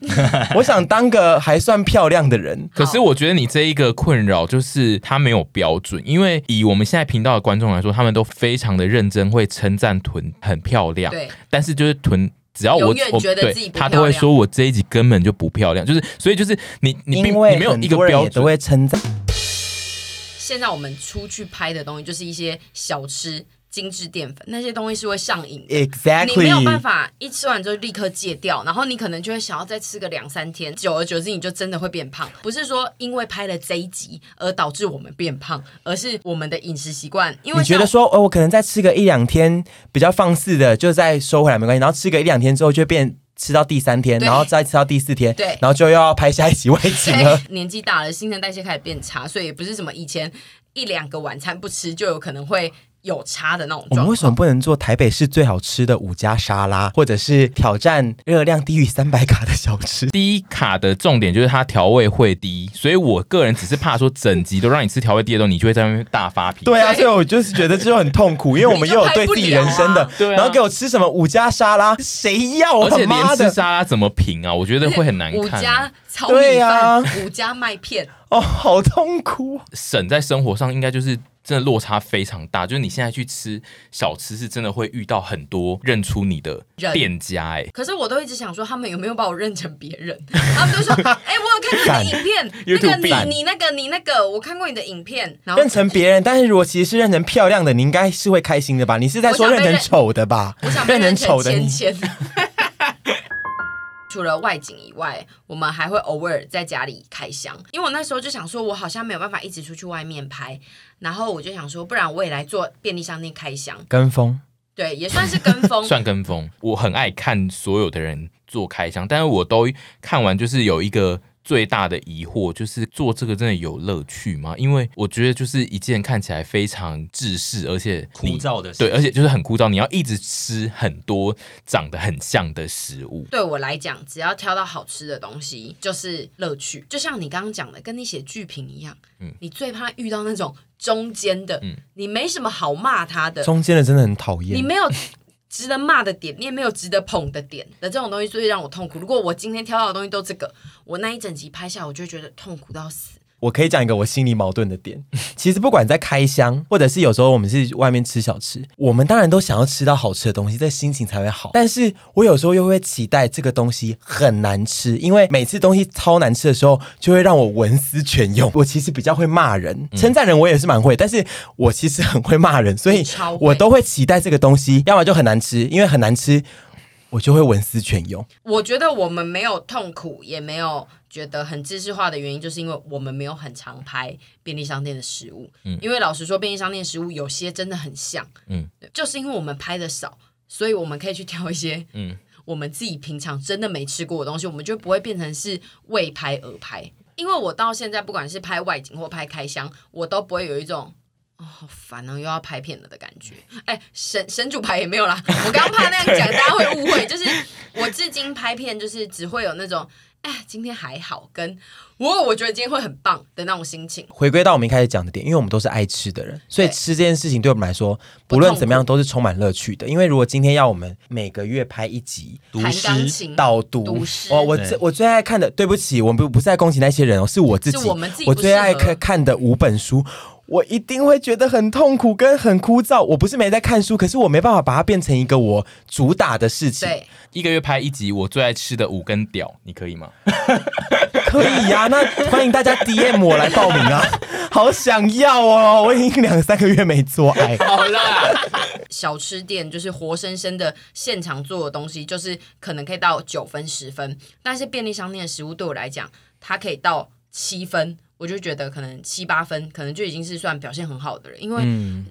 C: 我想当个还算漂亮的人。
B: 可是我觉得你这一个困扰就是他没有标准，因为以我们现在频道的观众来说，他们都非常的认真，会称赞臀很漂亮，
A: 对，
B: 但是就是臀。只要我
A: 永远
B: 我
A: 觉得
B: 对
A: 自己不
B: 他
A: 漂亮
B: 都会说我这一集根本就不漂亮，就是所以就是你你并
C: 因为
B: 你没有一
C: 很
B: 个
C: 多人
B: 标
C: 也都
B: 准，
C: 会称赞，
A: 现在我们出去拍的东西就是一些小吃精致淀粉，那些东西是会上瘾的。
C: Exactly，
A: 你没有办法一吃完就立刻戒掉，然后你可能就会想要再吃个两三天，久而久之你就真的会变胖。不是说因为拍了这一集而导致我们变胖，而是我们的饮食习惯。因为
C: 你觉
A: 像
C: 得说，哦，我可能再吃个一两天比较放肆的，就再收回来没关系。然后吃个一两天之后，就会变吃到第三天，
A: 对
C: 然后再吃到第四天，
A: 对
C: 然后就又要拍下一集外景了
A: 对。 年纪大了，新陈代谢开始变差，所以也不是什么以前一两个晚餐不吃就有可能会有差的那种
C: 我
A: 状
C: 们为
A: 况。
C: 什么不能做台北市最好吃的五家沙拉，或者是挑战热量低于三百卡的小 吃？
B: 低卡的重点就是它调味会低，所以我个人只是怕说整集都让你吃调味低的东西，你就会在那边大发脾气。
C: 对啊，
A: 对
C: 所以我就是觉得这就很痛 苦，因为我们
A: 你
C: 又
A: 就
C: 有
A: 拍
C: 对
A: 不
C: 自己
A: 了
C: 人生的
A: 啊，
B: 对啊
C: 然后给我吃什么五家沙拉，谁要
B: 而
C: 啊？
B: 且连
C: 妈
B: 吃
C: 的！
B: 沙拉怎么评啊？我觉得会很难
A: 五
B: 看、
A: 家炒
C: 对
A: 米
C: 啊
A: 饭，五家麦片，
C: 哦，好痛苦。啊
B: 省在生活上应该就是真的落差非常大，就是你现在去吃小吃是真的会遇到很多认出你的
A: 人
B: 店家、欸，哎，
A: 可是我都一直想说，他们有没有把我认成别人？ 他们就 说：“哎、我有看你的影片，那个
B: YouTube 版
A: 你你那个你那个，我看过你的影片。”然后
C: 认成别人，但是如果其实是认成漂亮的，你应该是会开心的吧？你是在说
A: 我
C: 认
A: 想被
C: 成丑的吧
A: 我想？被
C: 认成
A: 认
C: 丑
A: 成
C: 的你
A: 芊，芊。 除了外景以外，我们还会偶尔在家里开箱，因为我那时候就想说，我好像没有办法一直出去外面拍，然后我就想说，不然我也来做便利商店开箱，
C: 跟风。
A: 对，也算是跟 风。
B: 算跟风。我很爱看所有的人做开箱，但是我都看完就是有一个。最大的疑惑就是做这个真的有乐趣吗？因为我觉得就是一件看起来非常制式，而且你
D: 枯燥的事
B: 对，而且就是很枯燥，你要一直吃很多长得很像的食物。
A: 对我来讲，只要挑到好吃的东西就是乐趣。就像你刚刚讲的，跟你写剧评一样，
C: 嗯
A: 你最怕遇到那种中间的，你没什么好骂他的，
C: 中间的真的很讨
A: 你
C: 厌。
A: 没有值得骂的点，你 也没有值得捧的点的这种东西，最让我痛苦。如果我今天挑到的东西都这个，我那一整集拍下来，我就会觉得痛苦到死。
C: 我可以讲一个我心里矛盾的点。 其实不管在开箱，或者是有时候我们是外面吃小吃，我们当然都想要吃到好吃的东西，这心情才会好。但是我有时候又会期待这个东西很难吃，因为每次东西超难吃的时候，就会让我文思泉涌。我其实比较会骂人，
A: 嗯
C: 称赞人我也是蛮会，但是我其实很会骂人，所以
A: 超会
C: 我都会期待这个东西，要么就很难吃，因为很难吃。我就会文思泉涌，
A: 我觉得我们没有痛苦，也没有觉得很知识化的原因，就是因为我们没有很常拍便利商店的食物。因为老实说，便利商店食物有些真的很像，
B: 嗯
A: 嗯，就是因为我们拍的少，所以我们可以去挑一些，嗯。我们自己平常真的没吃过的东西，我们就不会变成是为拍而拍。因为我到现在，不管是拍外景或拍开箱，我都不会有一种哦好烦哦、又要拍片了的感觉。哎，神神主牌也没有啦，我刚刚怕那样讲大家会误会，就是我至今拍片就是只会有那种哎今天还好，跟我我觉得今天会很棒的那种心情。
C: 回归到我们一开始讲的点，因为我们都是爱吃的人，所以
A: 对
C: 吃这件事情对我们来说，
A: 不
C: 不论
A: 痛苦
C: 怎么样都是充满乐趣的。因为如果今天要我们每个月拍一集
D: 读
A: 弹钢
D: 诗，
A: 琴
C: 导读哦
A: 读，诗
C: 我我
D: 对
C: 最我最爱看的，对不起，我们不不是在攻击那些人哦，是我自己，
A: 是我们自己不
C: 我最爱
A: 适合
C: 看看的五本书。我一定会觉得很痛苦跟很枯燥。我不是没在看书，可是我没办法把它变成一个我主打的事情。
A: 对，
B: 一个月拍一集，我最爱吃的五根屌，你可以吗？
C: 可以 呀、那欢迎大家 DM 我来报名啊！好想要哦，我已经两三个月没做爱。
B: 好啦，
A: 小吃店就是活生生的现场做的东西，就是可能可以到九分十分，但是便利商店的食物对我来讲，它可以到七分。我就觉得可能七八分，可能就已经是算表现很好的了，因为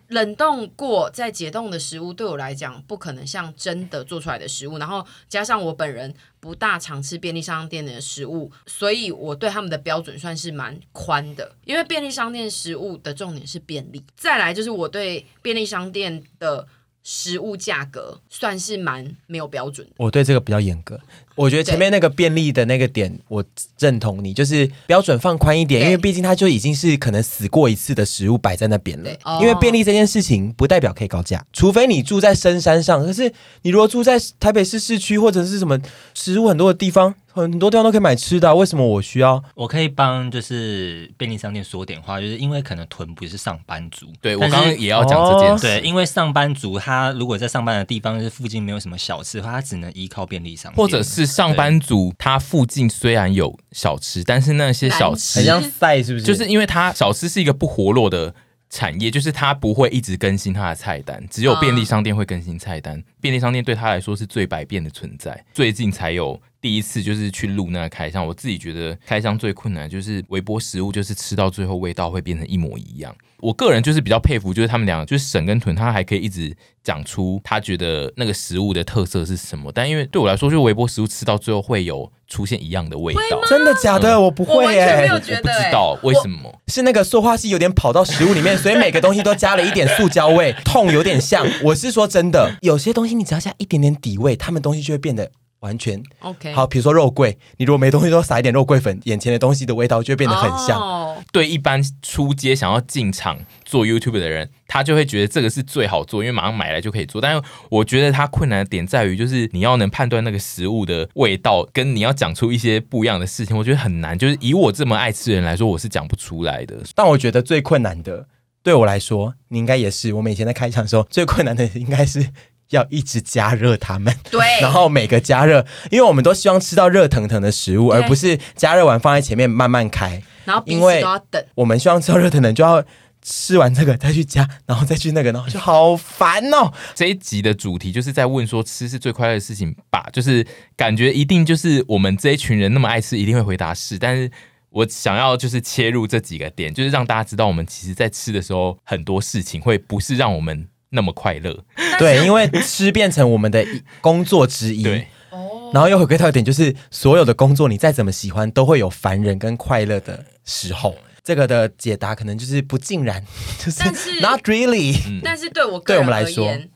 A: 冷冻过再解冻的食物对我来讲，不可能像真的做出来的食物。然后加上我本人不大常吃便利商店的食物，所以我对他们的标准算是蛮宽的。因为便利商店食物的重点是便利，再来就是我对便利商店的食物价格算是蛮没有标准的。
C: 我对这个比较严格。我觉得前面那个便利的那个点，我认同你，就是标准放宽一点，
A: 对
C: 因为毕竟它就已经是可能死过一次的食物摆在那边了
A: 对。哦
C: 因为便利这件事情不代表可以高价，除非你住在深山上。可是你如果住在台北市市区或者是什么食物很多的地方，很多地方都可以买吃的啊、为什么我需要？
D: 我可以帮就是便利商店说点话，就是因为可能屯不是上班族，
B: 对我
D: 但
B: 刚
D: 是
B: 刚也要讲这件
C: 哦
B: 事。
D: 对，因为上班族他如果在上班的地方就是附近没有什么小吃的话，他只能依靠便利商店，
B: 或者是上班族，他附近虽然有小吃，但是那些小
A: 难
C: 很
B: 吃
A: 吃
C: 像晒是不是？
B: 就是因为他小吃是一个不活络的产业，就是它不会一直更新它的菜单，只有便利商店会更新菜单。便利商店对他来说是最百变的存在。最近才有第一次就是去录那个开箱，我自己觉得开箱最困难就是微波食物，就是吃到最后味道会变成一模一样。我个人就是比较佩服，就是他们两个，就是沈跟屯，他还可以一直讲出他觉得那个食物的特色是什么。但因为对我来说，就微波食物吃到最后会有出现一样的味道，
C: 真的假的？我不
A: 嗯我完
C: 会
A: 全没
C: 耶、
A: 有
B: 我
A: 觉
B: 不
A: 得、
B: 知
A: 欸，
B: 道为什么。
C: 是那个塑化剂有点跑到食物里面，所以每个东西都加了一点塑胶 味，痛有点像。我是说真的，有些东西你只要加一点点底味，它们东西就会变得完全
A: 欸 OK，
C: 好。比如说肉桂，你如果没东西都撒一点肉桂粉，眼前的东西的味道就会变得很像。
A: 哦
B: 对一般出街想要进场做 YouTube 的人，他就会觉得这个是最好做，因为马上买来就可以做。但是我觉得它困难的点在于，就是你要能判断那个食物的味道，跟你要讲出一些不一样的事情，我觉得很难。就是以我这么爱吃的人来说，我是讲不出来的。
C: 但我觉得最困难的，对我来说，你应该也是。我们以前在开场的时候，最困难的应该是要一直加热它们。
A: 对，
C: 然后每个加热，因为我们都希望吃到热腾腾的食物，
A: 对
C: 而不是加热完放在前面慢慢开。
A: 然后彼此
C: 因
A: 都
C: 为
A: 要等，
C: 我们希望吃到热腾腾，就要吃完这个再去加，然后再去那个，然后就好烦哦。
B: 这一集的主题就是在问说，吃是最快乐的事情吧？就是感觉一定就是我们这一群人那么爱吃，一定会回答是，但是。我想要就是切入这几个点，就是让大家知道我们其实在吃的时候，很多事情会不是让我们那么快乐。
C: 对，因为吃变成我们的一工作之一。
B: 对，
A: 哦，
C: 然后又回归到一点，就是所有的工作，你再怎么喜欢，都会有烦人跟快乐的时候。这个的解答可能就是不尽然， 就是
A: 但是
C: not really，
B: 嗯
A: 但是对我个
C: 对我
A: 人
C: 们来
A: 而
C: 说
A: 言，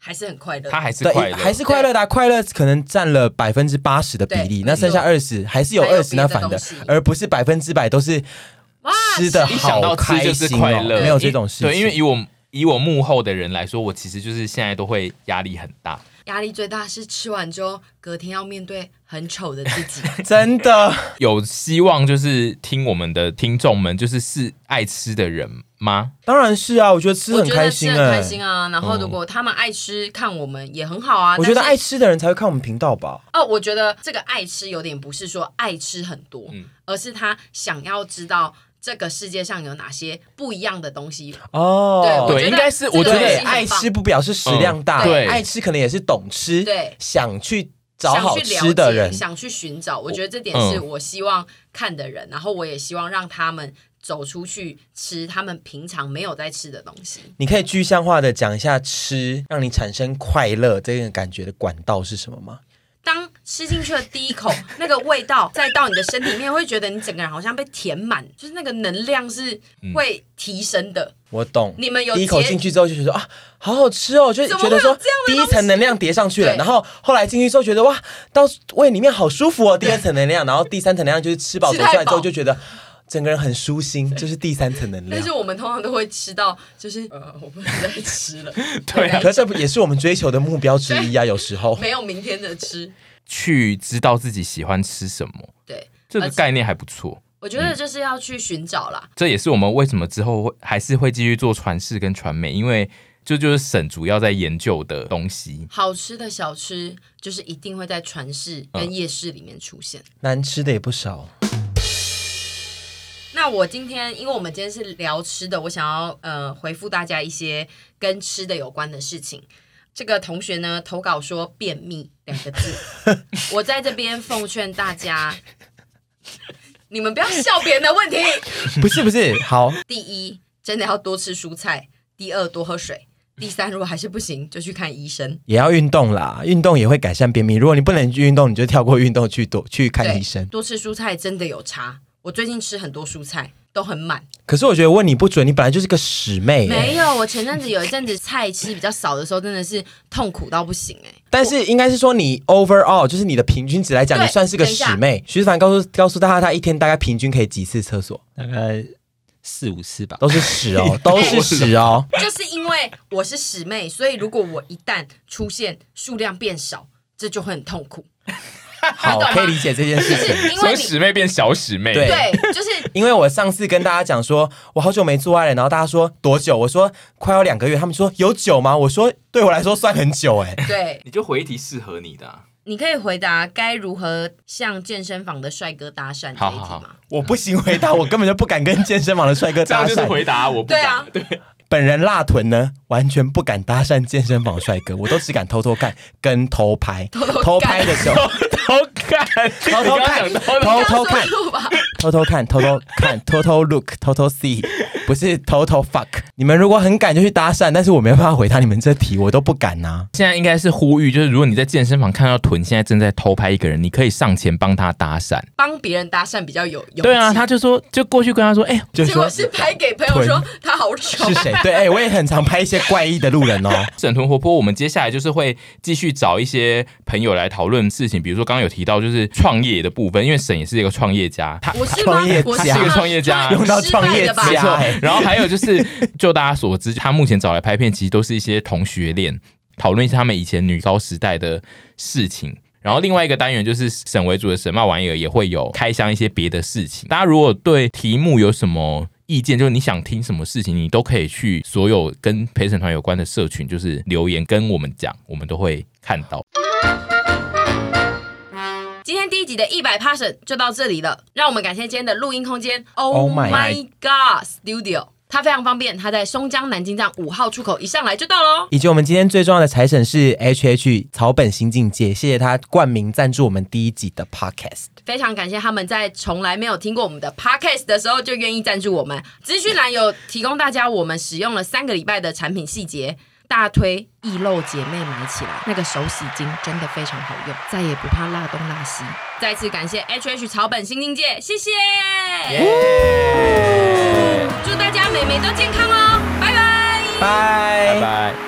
A: 还是很快乐。
B: 它还是
C: 呃对
B: 快乐，
C: 还是快乐的啊、快乐可能占了百分之八十的比例
A: 对，
C: 那剩下二十还是有
A: 还有
C: 二
A: 别
C: 十
A: 的
C: 那反
A: 东
C: 的
A: 西，
C: 而不是百分之百都是
A: 哇
C: 吃的
A: 是
B: 一想到
C: 好
B: 吃
C: 开
B: 就是
C: 心、哦，
B: 快乐，
C: 没有这种事情。
B: 对，因为以我以我幕后的人来说，我其实就是现在都会压力很大。
A: 压力最大是吃完之后，隔天要面对很丑的自 己。
C: 真的，
B: 有希望就是听我们的听众们，就是是爱吃的人吗？
C: 当然是啊，我觉得吃
A: 我
C: 很
A: 觉
C: 开
A: 得吃
C: 心
A: 很
C: 哎、
A: 开心啊。然后如果他们爱吃，看我们也很好啊。
C: 我觉得
A: 但是
C: 爱吃的人才会看我们频道吧。
A: 哦，我觉得这个爱吃有点不是说爱吃很多，
C: 嗯
A: 而是他想要知道这个世界上有哪些不一样的东西。
C: 哦，
A: 我觉
B: 对，
A: 得
B: 应该是
A: 这个
B: 我觉
A: 东西很
C: 对，
B: 得
A: 棒
C: 爱吃不表示食量大，
B: 嗯对
C: 爱吃可能也是懂吃，
A: 对
C: 想去找
A: 想
C: 好
A: 去了
C: 吃的人哦嗯
A: 解，。想去寻找，我觉得这点是我希望看的人，然后我也希望让他们走出去吃他们平常没有在吃的东西。
C: 你可以具象化的讲一下吃让你产生快乐这个感觉的管道是什么吗？
A: 当吃进去的第一口，那个味道再到你的身体里面，会觉得你整个人好像被填满，就是那个能量是会提升的。
C: 我懂，
A: 你们有
C: 第一口
A: 结
C: 进去之后就觉得啊，好好吃哦，就
A: 怎么
C: 觉得
A: 会有
C: 说
A: 这样的
C: 第一
A: 东西
C: 层能量叠上去了，
A: 对
C: 然后后来进去之后觉得哇，到胃里面好舒服哦，第二层能量，然后第三层能量就是吃饱
A: 吃
C: 走
A: 太
C: 出来之后
A: 饱
C: 就觉得整个人很舒心，这是第三层能
A: 但
C: 量
A: 是。我们通常都会吃到，就是 呃，我不能再吃了，
B: 对啊
A: 对
C: 可是这也是我们追求的目标之一啊，有时候。
A: 没有明天的吃。
B: 去知道自己喜欢吃什么，
A: 对，
B: 这
A: 而
B: 个
A: 且
B: 概念还不错。
A: 我觉得就是要去寻找啦。
B: 这也是我们为什么之后会还是会继续做传世跟传媒，因为这就是沈主要在研究的东西。
A: 好吃的小吃就是一定会在传世跟夜市里面出现。
C: 难吃的也 不少。
A: 那我今天，因为我们今天是聊吃的，我想要呃回复大家一些跟吃的有关的事情。这个同学呢投稿说“便秘”两个字， 我在这边奉劝大家，你们不要笑别人的问题。
C: 不是不是，好，
A: 第一，真的要多吃蔬菜；第二，多喝水；第三，如果还是不行，就去看医生。
C: 也要运动啦，运动也会改善便秘。如果你不能去运动，你就跳过运动去多去看
A: 对
C: 医生。
A: 多吃蔬菜真的有差。我最近吃很多蔬菜，都很满。
C: 可是我觉得问你不准，你本来就是个屎妹、
A: 没有，我前阵子有一阵子菜吃比较少的时候，真的是痛苦到不行哎、
C: 但是应该是说你 overall 就是你的平均值来讲，
A: 对
C: 你算是个
A: 等一下
C: 屎妹。徐子凡告诉告诉大家，他一天大概平均可以几次厕所，
D: 大概四五次吧。
C: 都是 屎哦，都是屎哦。
A: 就是因为我是师妹，所以如果我一旦出现数量变少，这就会很痛 苦。
C: 好
A: 你懂吗，
C: 可以理解这件
A: 就
C: 事情。
A: 是因为
B: 从
A: 你
B: 史妹变小史妹，
C: 对
A: 对，就是
C: 因为我上次跟大家讲说，我好久没做爱了，然后大家说多久？我说快要 两个月，他们说有久吗？我说对我来说算很久哎、
A: 对，
B: 你就回一题适合你的啊、
A: 你可以回答该如何向健身房的帅哥搭讪这一
B: 好
A: 题吗？
B: 好好
C: 我不行回答，我根本就不敢跟健身房的帅哥
B: 这样
C: 搭
B: 就是
C: 讪。
B: 回答我不
A: 对啊
B: 敢， 对，
C: 本人辣臀呢，完全不敢搭讪健身房帅哥，我都只敢偷偷看跟偷 拍，偷
A: 偷看
C: 拍的时候，
B: 偷看，
C: 偷偷看，偷偷看， 偷偷看，偷偷看，偷偷 look，偷偷 see，不是偷偷 fuck。你们如果很敢就去搭讪，但是我没办法回答你们这题，我都不敢啊 呐、
B: 现在应该是呼吁，就是如果你在健身房看到臀现在正在偷拍一个人，你可以上前帮他搭讪。
A: 帮别人搭讪比较有勇气。
B: 对啊，他就说，就过去跟他说，哎、
C: 就
A: 结
C: 说
A: 果是拍给朋友说他好丑
C: 是。谁？对，哎、我也很常拍一些怪异的路人哦。
B: 整臀活泼，我们接下来就是会继续找一些朋友来讨论事情，比如说刚刚有提到就是创业的部分，因为沈也是一个创业家，他
A: 我是吗
C: 创业？
A: 我
C: 家
A: 吗
B: 是个创业家
C: 用到创业
A: 失败的吧
B: 没
C: 家
B: 错
C: 哎，
B: 然后还有就是，就大家所知，他目前找来拍片，其实都是一些同学恋，讨论一下他们以前女高时代的事情。然后另外一个单元就是沈为主的沈骂玩意儿也会有开箱一些别的事情。大家如果对题目有什么意见，就是你想听什么事情，你都可以去所有跟陪审团有关的社群，就是留言跟我们讲，我们都会看到。
A: 今天第一集的一百 passion 就到这里了，让我们感谢今天的录音空间
C: Oh
A: Oh
C: my
A: my God Studio，它非常方便，它在松江南京站五号出口一上来就到哦喽。
C: 以及我们今天最重要的财神是 H H 草本新境界，谢谢他冠名赞助我们第一集的 podcast。
A: 非常感谢他们在从来没有听过我们的 podcast 的时候就愿意赞助我们。资讯栏有提供大家我们使用了三个礼拜的产品细节，大推易漏姐妹买起来，那个手洗巾真的非常好用，再也不怕辣东辣西。再次感谢 H H 草本新境界，谢谢祝大家美美都健康哦，拜拜。
C: 拜
B: 拜拜。